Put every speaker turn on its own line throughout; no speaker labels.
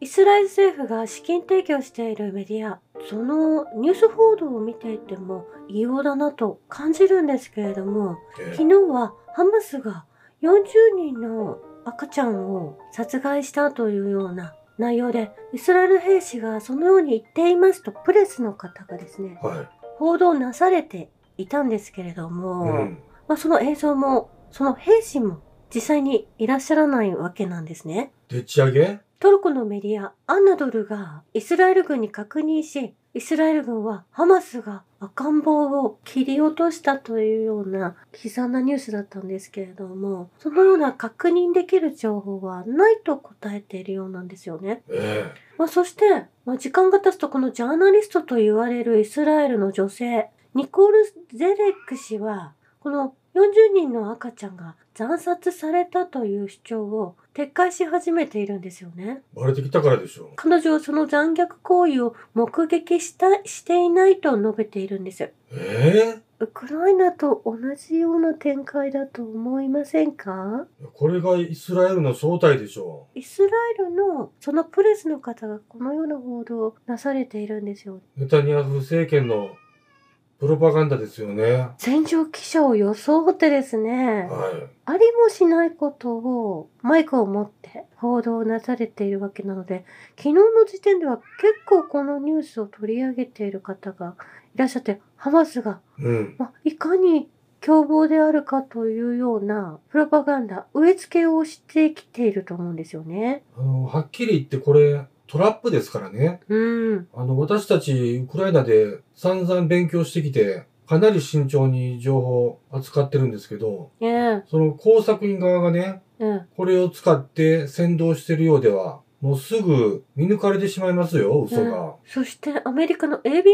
イスラエル政府が資金提供しているメディア、そのニュース報道を見ていても異様だなと感じるんですけれども、
え
昨日はハマスが40人の赤ちゃんを殺害したというような内容で、イスラエル兵士がそのように言っていますと、プレスの方がですね、
はい。
報道なされていたんですけれども、
うん。
まあ、その映像も、その兵士も実際にいらっしゃらないわけなんですね。
でっち上げ
トルコのメディア、アンナドルがイスラエル軍に確認し、イスラエル軍はハマスが赤ん坊を切り落としたというような悲惨なニュースだったんですけれども、そのような確認できる情報はないと答えているようなんですよね。
え
まあ、そして、まあ、時間が経つとこのジャーナリストと言われるイスラエルの女性、ニコール・ゼレック氏は、この40人の赤ちゃんが惨殺されたという主張を撤回し始めているんですよね。
えバレてきたからでしょ。
彼女はその残虐行為を目撃した、していないと述べているんです。
え
ウクライナと同じような展開だと思いませんか
えこれがイスラエルの正体でしょ。
イスラエルのそのプレスの方がこのような報道をなされているんですよね
ネタニヤフ政権のプロパガンダですよね。
戦場記者を装ってですね、
は
ありもしないことをマイクを持って報道なされているわけなので、昨日の時点では結構このニュースを取り上げている方がいらっしゃって、ハマスが、
い。うん。
まあ、いかに凶暴であるかというようなプロパガンダ、植え付けをしてきていると思うんですよね。
あの、はっきり言ってこれ、トラップですからね。
うん。
あの、私たち、ウクライナで散々勉強してきて、かなり慎重に情報を扱ってるんですけど、
ええ、
その工作員側がね、
ええ。
これを使って先導してるようでは、もうすぐ見抜かれてしまいますよ、嘘が。
そしてアメリカの ABC ニュ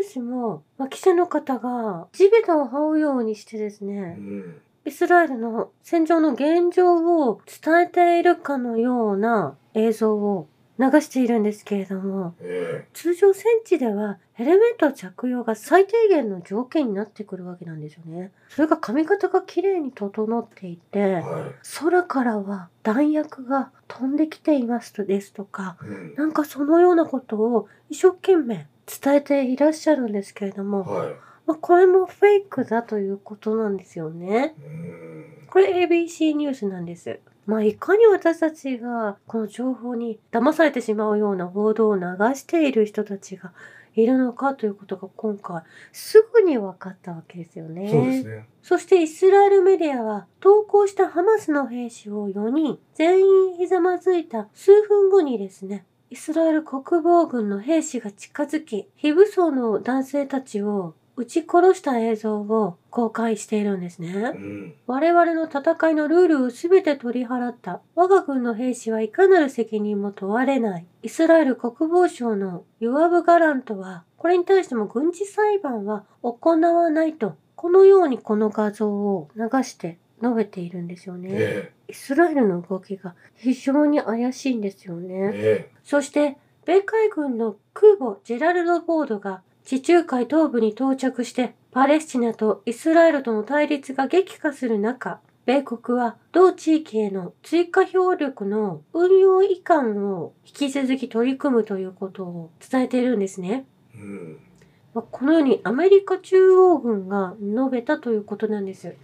ースも、まあ、記者の方が地べたを這うようにしてです
う
ね、
ん。
イスラエルの戦場の現状を伝えているかのような映像を流しているんですけれども、
え
通常戦地ではヘルメット着用が最低限の条件になってくるわけなんですよね。それが髪型が綺麗に整ってい
え
て、
は
空からは弾薬が飛んできていますとですとか、
い。うん。
なんかそのようなことを一生懸命伝えていらっしゃるんですけれども、
は
まあ、これもフェイクだということなんですよね。
い。うん。
これ ABC ニュースなんです。まあ、いかに私たちがこの情報に騙されてしまうような報道を流している人たちがいるのかということが今回すぐに分かったわけですよね。
そうですね。
そしてイスラエルメディアは投降したハマスの兵士を4人全員ひざまずいた数分後にですね、イスラエル国防軍の兵士が近づき、非武装の男性たちを撃ち殺した映像を公開しているんです
う
ね。
ん。
我々の戦いのルールを全て取り払った我が軍の兵士はいかなる責任も問われない。イスラエル国防省のヨアブ・ガラントは、これに対しても軍事裁判は行わないと、このようにこの画像を流して述べているんですよね。
え
イスラエルの動きが非常に怪しいんですよ
え。
ね。
え
そして、米海軍の空母ジェラルド・フォードが地中海東部に到着して、パレスチナとイスラエルとの対立が激化する中、米国は同地域への追加兵力の運用移管を引き続き取り組むということを伝えているんですね。
え。うん。
まあこのようにアメリカ中央軍が述べたということなんです。
はい。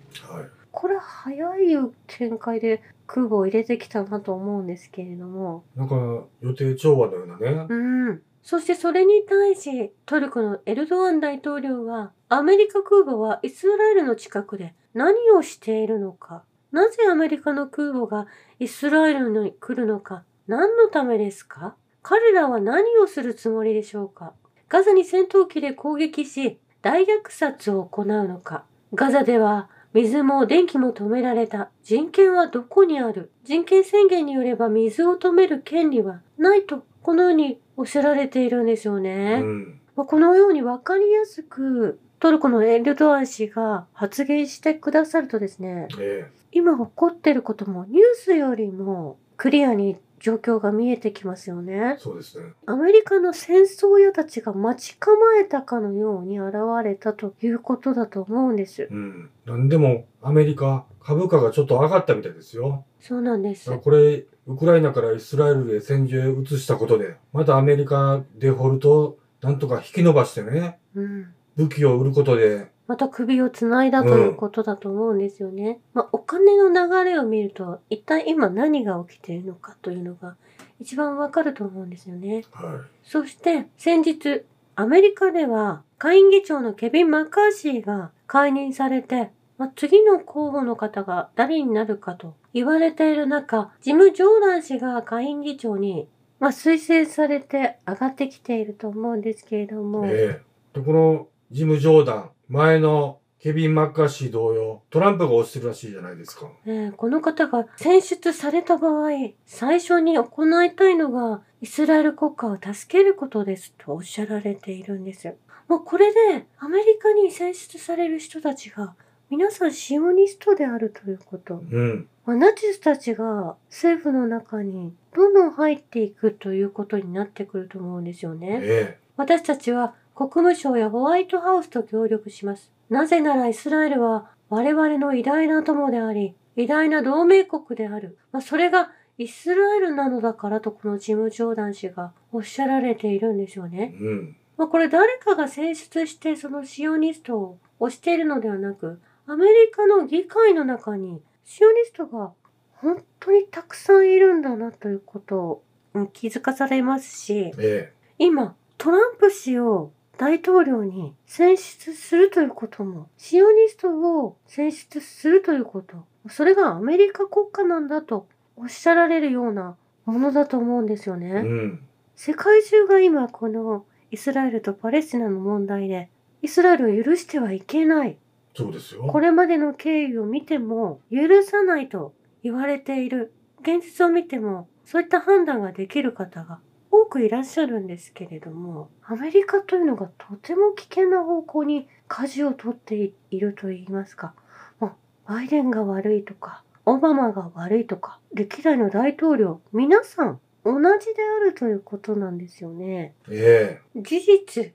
これ早い展開で空母を入れてきたなと思うんですけれども、
なんか、予定調和のようなね。
うん。そしてそれに対し、トルコのエルドアン大統領は、アメリカ空母はイスラエルの近くで何をしているのか、なぜアメリカの空母がイスラエルに来るのか、何のためですか彼らは何をするつもりでしょうかガザに戦闘機で攻撃し、大虐殺を行うのかガザでは水も電気も止められた。人権はどこにある人権宣言によれば水を止める権利はないと、このようにおっしゃられているんですよ
う
ね。
ん。
まあこのようにわかりやすく、トルコのエルドアン氏が発言してくださるとですね、
え
今起こっていることもニュースよりもクリアに状況が見えてきますよね
え。。そうですね。
アメリカの戦争家たちが待ち構えたかのように現れたということだと思うんです。
うん。なんでも、アメリカ、株価がちょっと上がったみたいですよ。
そうなんです
あ。これ、ウクライナからイスラエルへ戦場へ移したことで、またアメリカデフォルトをなんとか引き伸ばしてね、
うん。
武器を売ることで、
また首をつないだということだと思うんですよね。まあ、お金の流れを見ると、一体今何が起きているのかというのが一番わかると思うんですよね。
は
そして先日、アメリカでは下院議長のケビン・マッカーシーが解任されて、まあ、次の候補の方が誰になるかと言われている中、ジム・ジョーダン氏が下院議長に、まあ、推薦されて上がってきていると思うんですけれども、
い。ええ。で、このジム・ジョーダン、前のケビン・マッカーシー同様、トランプが落ちてるらしいじゃないですか。
えーこの方が選出された場合、最初に行いたいのが、イスラエル国家を助けることですとおっしゃられているんです。もうこれで、アメリカに選出される人たちが、皆さんシオニストであるということ。
うん。
まあナチスたちが政府の中にどんどん入っていくということになってくると思うんですよね。
え
私たちは国務省やホワイトハウスと協力します。なぜならイスラエルは我々の偉大な友であり、偉大な同盟国である。まあ、それがイスラエルなのだからとこのジム・ジョーダン氏がおっしゃられているんですよ
え。
ね。
うん。
まあ、これ誰かが選出してそのシオニストを推しているのではなく、アメリカの議会の中にシオニストが本当にたくさんいるんだなということをうん気づかされますし、
え
今、トランプ氏を大統領に選出するということも、シオニストを選出するということ、それがアメリカ国家なんだとおっしゃられるようなものだと思うんですよね。
え。うん。
世界中が今このイスラエルとパレスチナの問題で、イスラエルを許してはいけない。
そうですよ。
これまでの経緯を見ても許さないと言われている。現実を見てもそういった判断ができる方が多くいらっしゃるんですけれども、アメリカというのがとても危険な方向に舵を取っているといいますか、もうバイデンが悪いとか、オバマが悪いとか、歴代の大統領、皆さん同じであるということなんですよね。
え
事実、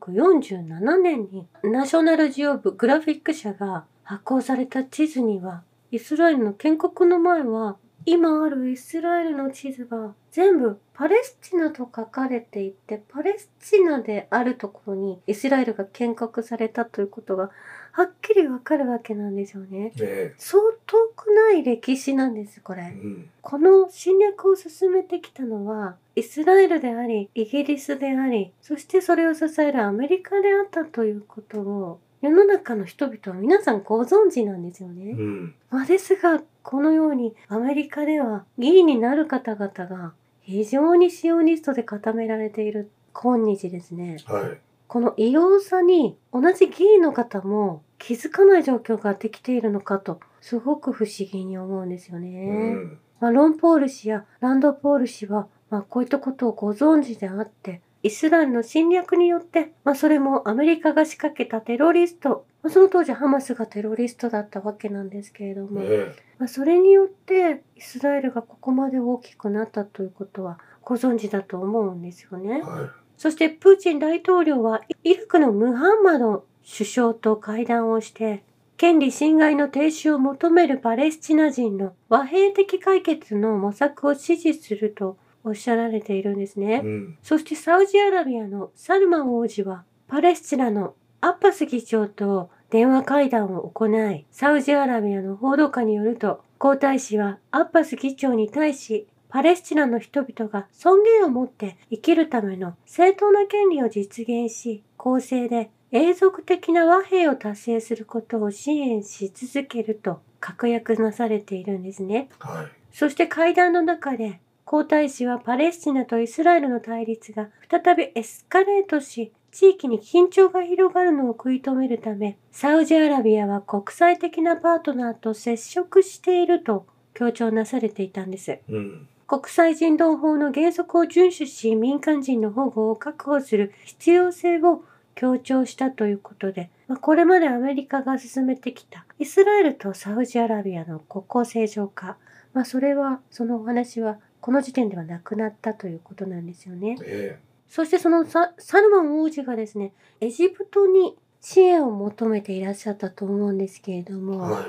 1947年にナショナルジオブグラフィック社が発行された地図には、イスラエルの建国の前は、今あるイスラエルの地図は全部パレスチナと書かれていて、パレスチナであるところにイスラエルが建国されたということがはっきりわかるわけなんですよね。
え。え
そう遠くない歴史なんです、これ。
え。うん。
この侵略を進めてきたのは、イスラエルであり、イギリスであり、そしてそれを支えるアメリカであったということを、世の中の人々は皆さんご存知なんですよ
う
ね。
ん。
まあ、ですが、このようにアメリカでは議員になる方々が非常にシオニストで固められている今日ですね。
はい。
この異様さに同じ議員の方も気づかない状況ができているのかと、すごく不思議に思うんですよね。
うん。
まあ、ロン・ポール氏やランド・ポール氏は、まあ、こういったことをご存知であって、イスラエルの侵略によって、まあ、それもアメリカが仕掛けたテロリスト、まあ、その当時ハマスがテロリストだったわけなんですけれども、
え
まあ、それによってイスラエルがここまで大きくなったということはご存知だと思うんですよ
え。
ね。
は
そしてプーチン大統領はイラクのムハンマド首相と会談をして権利侵害の停止を求めるパレスチナ人の和平的解決の模索を支持するとおっしゃられているんですね
い。。うん。
そしてサウジアラビアのサルマン王子はパレスチナのアッパス議長と電話会談を行い、サウジアラビアの報道官によると、皇太子はアッパス議長に対し、パレスチナの人々が尊厳を持って生きるための正当な権利を実現し、公正で永続的な和平を達成することを支援し続けると確約なされているんですね。
はい。
そして会談の中で、皇太子はパレスチナとイスラエルの対立が再びエスカレートし、地域に緊張が広がるのを食い止めるため、サウジアラビアは国際的なパートナーと接触していると強調なされていたんです。
うん。
国際人道法の原則を遵守し、民間人の保護を確保する必要性を強調したということで、まあこれまでアメリカが進めてきたイスラエルとサウジアラビアの国交正常化、まあ、それは、そのお話はこの時点ではなくなったということなんですよね。
え
そしてそのササルマン王子がですね、エジプトに支援を求めていらっしゃったと思うんですけれど
え。
も、
は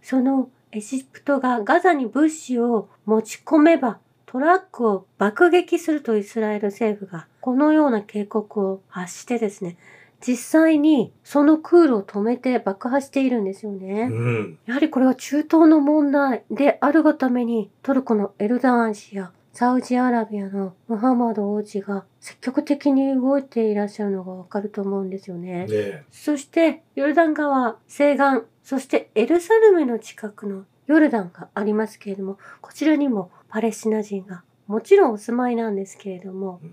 そのエジプトがガザに物資を持ち込めばトラックを爆撃するとイスラエル政府がこのような警告を発してですね、実際にその空路を止めて爆破しているんですよね。
うん。
やはりこれは中東の問題であるがためにトルコのエルダーン氏やサウジアラビアのムハマド王子が積極的に動いていらっしゃるのがわかると思うんですよね。
ねえ。
そしてヨルダン川西岸、そしてエルサルムの近くのヨルダンがありますけれども、こちらにもパレスチナ人がもちろんお住まいなんですけれども、
うん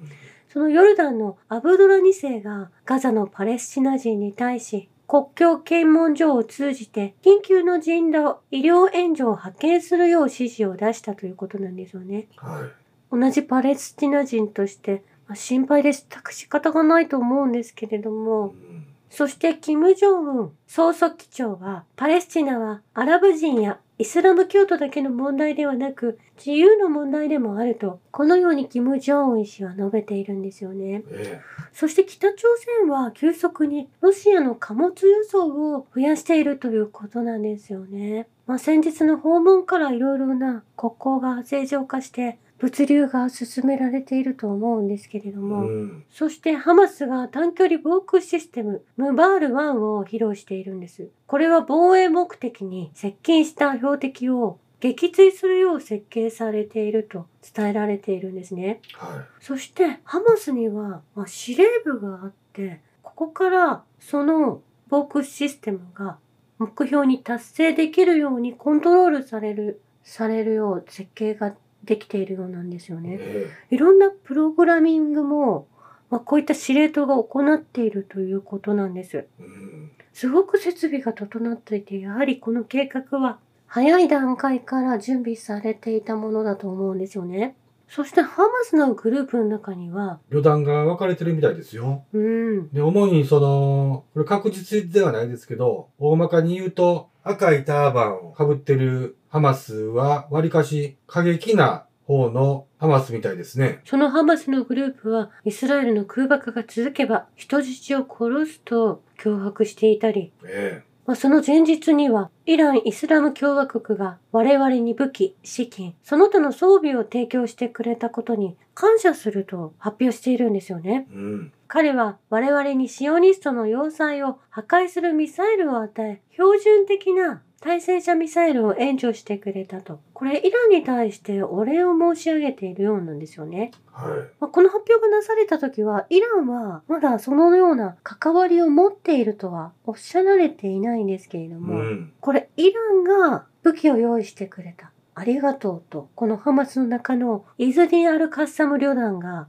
そのヨルダンのアブドラ2世がガザのパレスチナ人に対し国境検問所を通じて緊急の人道医療援助を派遣するよう指示を出したということなんですよね。
はい。
同じパレスチナ人として、まあ心配でしたく仕方がないと思うんですけれど
う
も、
ん
そしてキム・ジョンウン総書記長は、パレスチナはアラブ人やイスラム教徒だけの問題ではなく、自由の問題でもあると、このようにキム・ジョンウン氏は述べているんですよね。
え
そして北朝鮮は急速にロシアの貨物輸送を増やしているということなんですよね。まあ、先日の訪問からいろいろな国交が正常化して物流が進められていると思うんですけれど
え。う
も、
ん。
そしてハマスが短距離防空システムムバール1を披露しているんです。これは防衛目的に接近した標的を撃墜するよう設計されていると伝えられているんですね。
は
そしてハマスには、まあ司令部があって、ここからその防空システムが目標に達成できるようにコントロールされる、されるよう設計ができているようなんですよ
い。
ね。
え
いろんなプログラミングも、まあ、こういった司令塔が行っているということなんです。
え。うん。
すごく設備が整っていて、やはりこの計画は早い段階から準備されていたものだと思うんですよね。そしてハマスのグループの中には、
旅団が分かれてるみたいですよ。
うん、
で、主にその、これ確実ではないですけど、大まかに言うと、赤いターバンを被ってるハマスは、わりかし過激な方のハマスみたいですね。
そのハマスのグループはイスラエルの空爆が続けば人質を殺すと脅迫していたり、
え
まあ、その前日には、イラン・イスラム共和国が我々に武器、資金、その他の装備を提供してくれたことに感謝すると発表しているんですよね。
え。うん。
彼は我々にシオニストの要塞を破壊するミサイルを与え、標準的な対戦車ミサイルを援助してくれたと。これイランに対してお礼を申し上げているようなんですよね。
は
まあ、この発表がなされた時は、イランはまだそのような関わりを持っているとはおっしゃられていないんですけれど
い。
も、
うん。
これイランが武器を用意してくれた。ありがとうと、このハマスの中のイズディン・アル・カッサム旅団が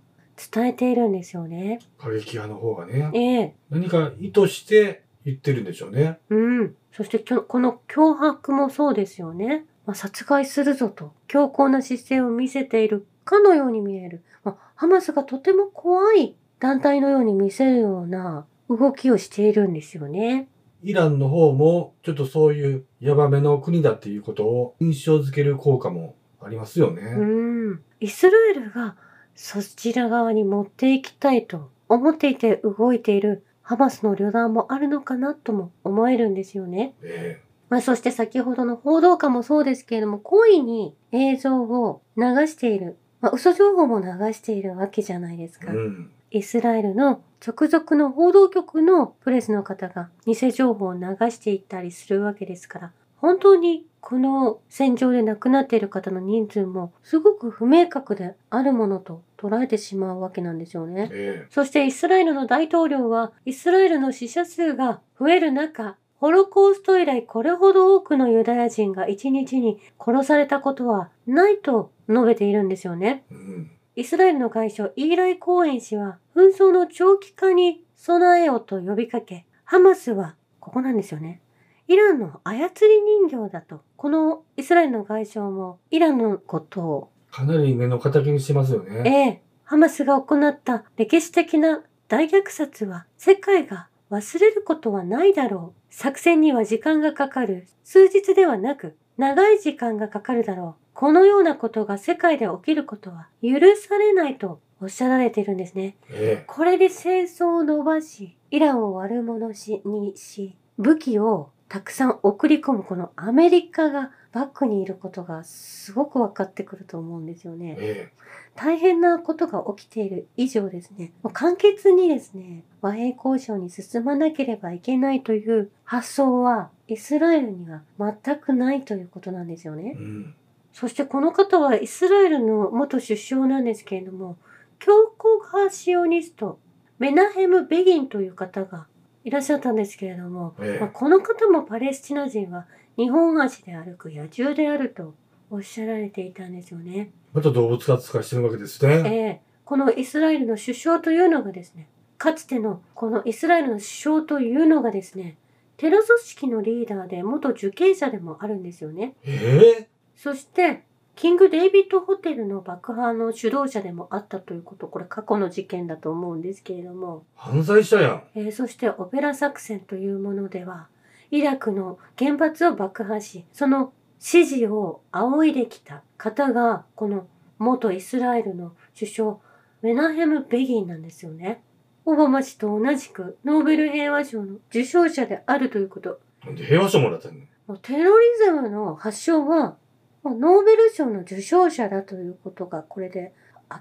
伝えているんですよね。
過激派の方がね。
ええ。
何か意図して言ってるんでしょうね。
うん。そしてきょこの脅迫もそうですよね。まあ、殺害するぞと、強硬な姿勢を見せているかのように見える。まあ、ハマスがとても怖い団体のように見せるような動きをしているんですよね。
イランの方も、ちょっとそういうヤバめの国だっていうことを印象づける効果もありますよね。
うん。イスラエルがそちら側に持っていきたいと思っていて動いているハマスの旅団もあるのかなとも思えるんですよね。
え
まあ、そして先ほどの報道官もそうですけれども、故意に映像を流している。まあ、嘘情報も流しているわけじゃないです
え。
か。
うん。
イスラエルの直属の報道局のプレスの方が偽情報を流していったりするわけですから、本当にこの戦場で亡くなっている方の人数もすごく不明確であるものと捉えてしまうわけなんですよね。
え
そしてイスラエルの大統領は、イスラエルの死者数が増える中、ホロコースト以来これほど多くのユダヤ人が一日に殺されたことはないと述べているんですよね。
え。うん。
イスラエルの外相イーライ・コーエン氏は、紛争の長期化に備えようと呼びかけ、ハマスは、ここなんですよね。イランの操り人形だと。このイスラエルの外相も、イランのことを
かなり目の敵にしてますよね。
ええ、ハマスが行った歴史的な大虐殺は世界が忘れることはないだろう。作戦には時間がかかる。数日ではなく、長い時間がかかるだろう。このようなことが世界で起きることは許されないとおっしゃられているんですね。
え
これで戦争を伸ばし、イランを悪者しにし、武器をたくさん送り込むこのアメリカがバックにいることがすごく分かってくると思うんですよね。
え
大変なことが起きている以上ですね、もう簡潔にですね、和平交渉に進まなければいけないという発想は、イスラエルには全くないということなんですよ
え
ね。
うん。
そしてこの方はイスラエルの元首相なんですけれども、強硬派シオニスト、メナヘム・ベギンという方がいらっしゃったんですけれども、
え
まあ
え
この方もパレスチナ人は日本足で歩く野獣であるとおっしゃられていたんですよね。
また動物扱いしてるわけですね。
ええこのイスラエルの首相というのがですね、かつてのこのイスラエルの首相というのがですね、テロ組織のリーダーで元受刑者でもあるんですよね。
ええ
そして、キング・デイビッド・ホテルの爆破の主導者でもあったということ、これ過去の事件だと思うんですけれども、
犯罪者やん。
えーそしてオペラ作戦というものではイラクの原発を爆破しその支持を仰いできた方がこの元イスラエルの首相メナヘム・ベギンなんですよね。オバマ氏と同じくノーベル平和賞の受賞者であるということ。
なんで平和賞もらったんね
もうテロリズムの発祥はもうノーベル賞の受賞者だということがこれで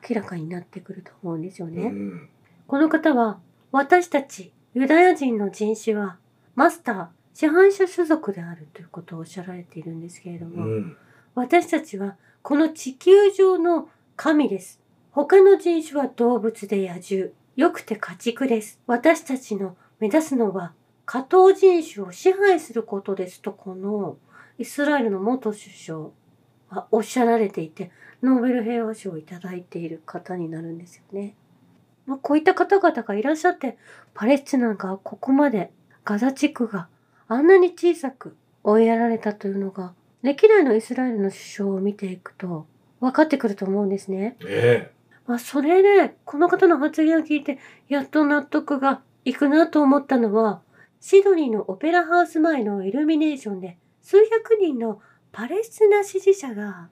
明らかになってくると思うんですよね。
うん。
この方は、私たちユダヤ人の人種は、マスター、支配者所属であるということをおっしゃられているんですけれど
う
も、
ん。
私たちはこの地球上の神です。他の人種は動物で野獣、よくて家畜です。私たちの目指すのは、下等人種を支配することですと、このイスラエルの元首相はおっしゃられていて、ノーベル平和賞をいただいている方になるんですよね。まあ、こういった方々がいらっしゃって、パレスチナがここまでガザ地区があんなに小さく追いやられたというのが、歴代のイスラエルの首相を見ていくと分かってくると思うんですね。
え
まあ、それでこの方の発言を聞いてやっと納得がいくなと思ったのはシドニーのオペラハウス前のイルミネーションで数百人のパレスチナ支持者が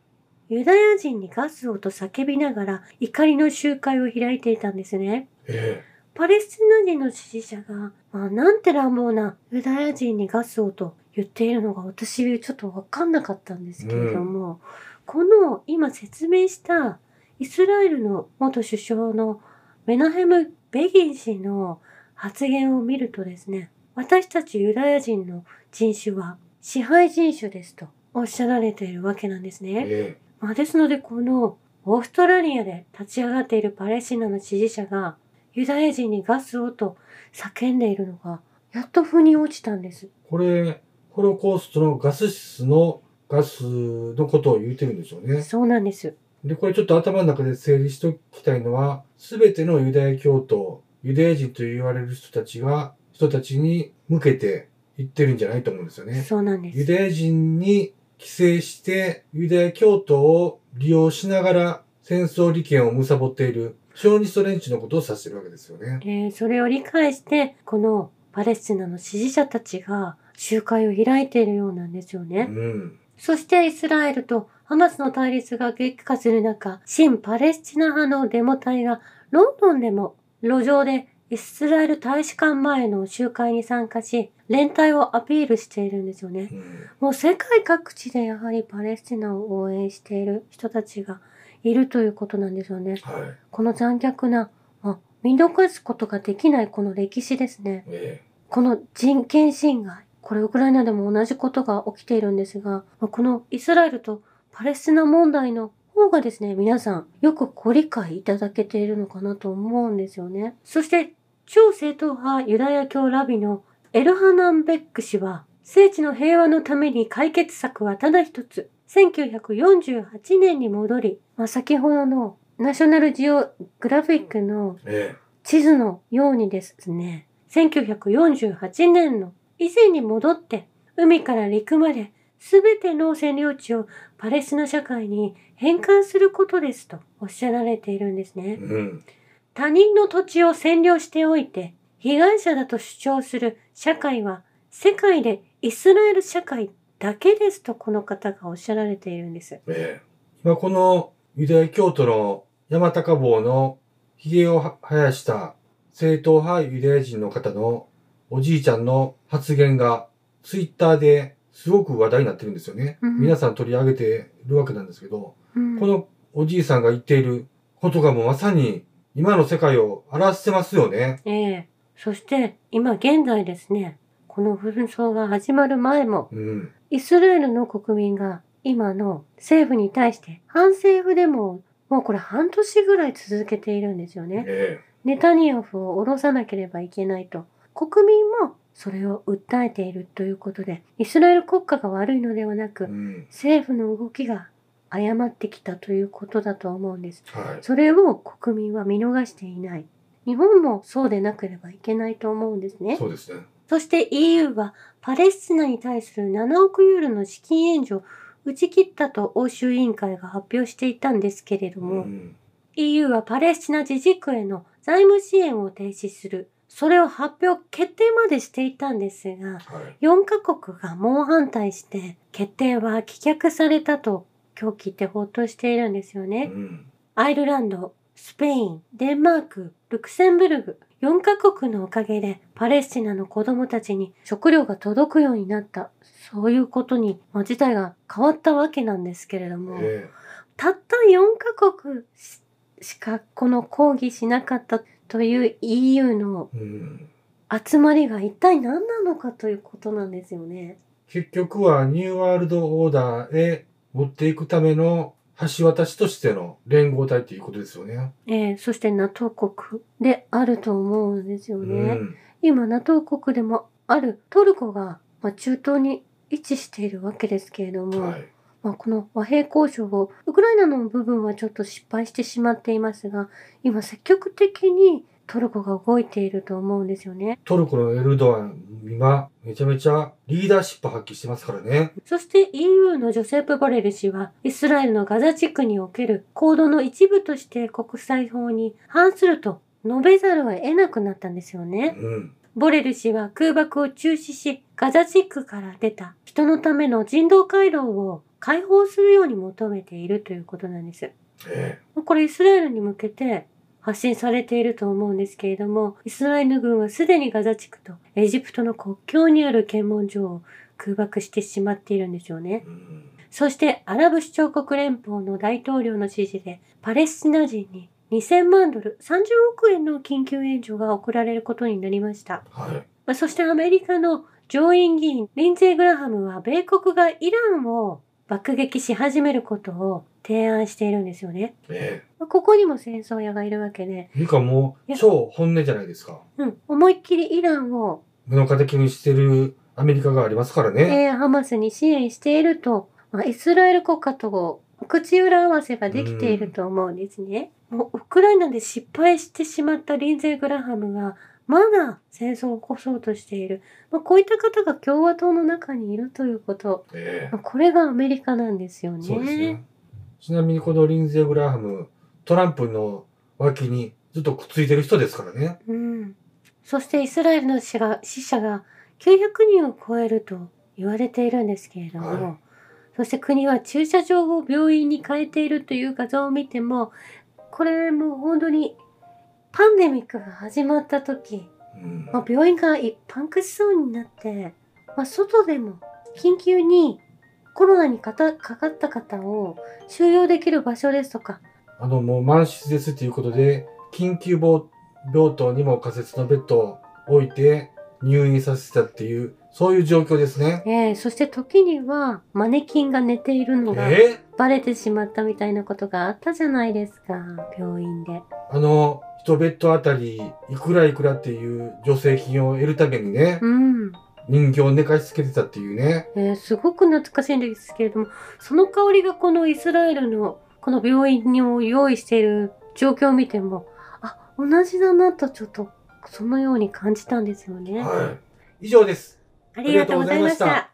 ユダヤ人にガスをと叫びながら怒りの集会を開いていたんですね。
ええ
パレスチナ人の支持者が、まあ、なんて乱暴なユダヤ人にガスをと言っているのが私ちょっとわかんなかったんですけれども、この今説明したイスラエルの元首相のメナヘム・ベギン氏の発言を見るとですね、私たちユダヤ人の人種は支配人種ですとおっしゃられているわけなんですね。
え
まあ、ですのでこのオーストラリアで立ち上がっているパレスチナの支持者がユダヤ人にガスをと叫んでいるのがやっと腑に落ちたんです。
これ、ホロコーストのガス室のガスのことを言ってるんでしょうね。
そうなんです。
で、これちょっと頭の中で整理しておきたいのは、すべてのユダヤ教徒、ユダヤ人と言われる人たちが、人たちに向けて言ってるんじゃないと思うんですよね。
そうなんで
ユ
す。
ダヤ人に寄生して、ユダヤ教徒を利用しながら戦争利権を貪っている、ショーニスト連中のことを指してるわけですよね。
えーそれを理解してこのパレスチナの支持者たちが集会を開いているようなんですよね。
うん。
そしてイスラエルとハマスの対立が激化する中、新パレスチナ派のデモ隊がロンドンでも路上でイスラエル大使館前の集会に参加し、連帯をアピールしているんですよね。
うん
もう世界各地でやはりパレスチナを応援している人たちがいるということなんですよね。
はい。
この残虐な、まあ見逃すことができないこの歴史ですね。
え
この人権侵害、これウクライナでも同じことが起きているんですが、まあこのイスラエルとパレスチナ問題の方がですね、皆さんよくご理解いただけているのかなと思うんですよね。そして、超正統派ユダヤ教ラビのエルハナンベック氏は、聖地の平和のために解決策はただ一つ。1948年に戻り、まあ、先ほどのナショナルジオグラフィックの
ええ
地図のようにですね、1948年の以前に戻って、海から陸まで全ての占領地をパレスチナ社会に返還することですとおっしゃられているんです
え
ね。
うん。
他人の土地を占領しておいて、被害者だと主張する社会は、世界でイスラエル社会だけですとこの方がおっしゃられているんです。
ええ今このユダヤ教徒の山高坊の髭をは生やした正統派ユダヤ人の方のおじいちゃんの発言がツイッターですごく話題になってるんですよね。
うん
皆さん取り上げてるわけなんですけど、
うん
このおじいさんが言っていることがもうまさに今の世界を表してますよね。
ええそして、今現在ですね、この紛争が始まる前も、
うん。
イスラエルの国民が今の政府に対して反政府デモをもうこれ半年ぐらい続けているんですよね。
え
ネタニヤフを下ろさなければいけないと国民もそれを訴えているということでイスラエル国家が悪いのではな
え
く
うん。
政府の動きが誤ってきたということだと思うんです
はい。
それを国民は見逃していない日本もそうでなければいけないと思うんですね
そうですね。
そして EU はパレスチナに対する7億ユーロの資金援助を打ち切ったと欧州委員会が発表していたんですけれども、
ん。
EU はパレスチナ自治区への財務支援を停止する。それを発表決定までしていたんですが、
はい。
4カ国が猛反対して、決定は棄却されたと今日聞いて報道しているんですよ
う
ね。
ん。
アイルランド、スペイン、デンマーク、ルクセンブルグ、4カ国のおかげでパレスチナの子供たちに食料が届くようになった。そういうことに、まあ事態が変わったわけなんですけれども。
え
たった4カ国ししかこの抗議しなかったという EU の
えうん。
集まりが一体何なのかということなんですよね。
結局はニューワールドオーダーへ持っていくための橋渡しとしての連合体っていうことですよね。
えー、そして NATO 国であると思うんですよ
う
ね。
ん。
今 NATO 国でもあるトルコが、まあ、中東に位置しているわけですけれども、
はい。
まあ、この和平交渉をウクライナの部分はちょっと失敗してしまっていますが今積極的にトルコが動いていると思うんですよね。
トルコのエルドアン、今、めちゃめちゃリーダーシップ発揮してますからね。
そして EU のジョセフ・ボレル氏は、イスラエルのガザ地区における行動の一部として国際法に反すると述べざるを得なくなったんですよね。
うん。
ボレル氏は空爆を中止し、ガザ地区から出た人のための人道回廊を開放するように求めているということなんです。
え
これイスラエルに向けて発信されていると思うんですけれども、イスラエル軍はすでにガザ地区とエジプトの国境にある検問所を空爆してしまっているんですよね
え。。うん。
そしてアラブ首長国連邦の大統領の指示でパレスチナ人に2000万ドル30億円の緊急援助が送られることになりました。
はい。
まあそしてアメリカの上院議員リンゼー・グラハムは米国がイランを爆撃し始めることを提案しているんですよね。
え
まあここにも戦争屋がいるわけで、
え。ミカも
いや
超本音じゃないですか。
うん、思いっきりイランを
目の敵にしてるアメリカがありますからね。
えーハマスに支援していると、まあ、イスラエル国家と口裏合わせができていると思うんですね。もうウクライナで失敗してしまったリンゼー・グラハムがまだ戦争を起こそうとしている、まあ、こういった方が共和党の中にいるということ、
え
まあこれがアメリカなんですよ
え。
ね。
そうですね。ちなみにこのリンゼー・グラハム、トランプの脇にずっとくっついてる人ですからね。
うん、そしてイスラエルの死が死者が900人を超えると言われているんですけれども、
はい
そして国は駐車場を病院に変えているという画像を見てもこれもう本当にパンデミックが始まった時、
うん。
まあ、病院が一般化しそうになって、まあ、外でも緊急にコロナにかたかかった方を収容できる場所ですとか
あの、もう満室ですということで、緊急病棟にも仮設のベッドを置いて入院させたっていう、そういう状況ですね。
ええそして時にはマネキンが寝ているのが
え
バレてしまったみたいなことがあったじゃないですか病院で
あの、一ベッドあたり、いくらいくらっていう助成金を得るためにね、
うん、
人形を寝かしつけてたっていうね。
えーすごく懐かしいんですけれどもその香りがこのイスラエルのこの病院にも用意している状況を見てもあ同じだなとちょっとそのように感じたんですよね
はい。以上です。
ありがとうございまし
ありがとうございましたた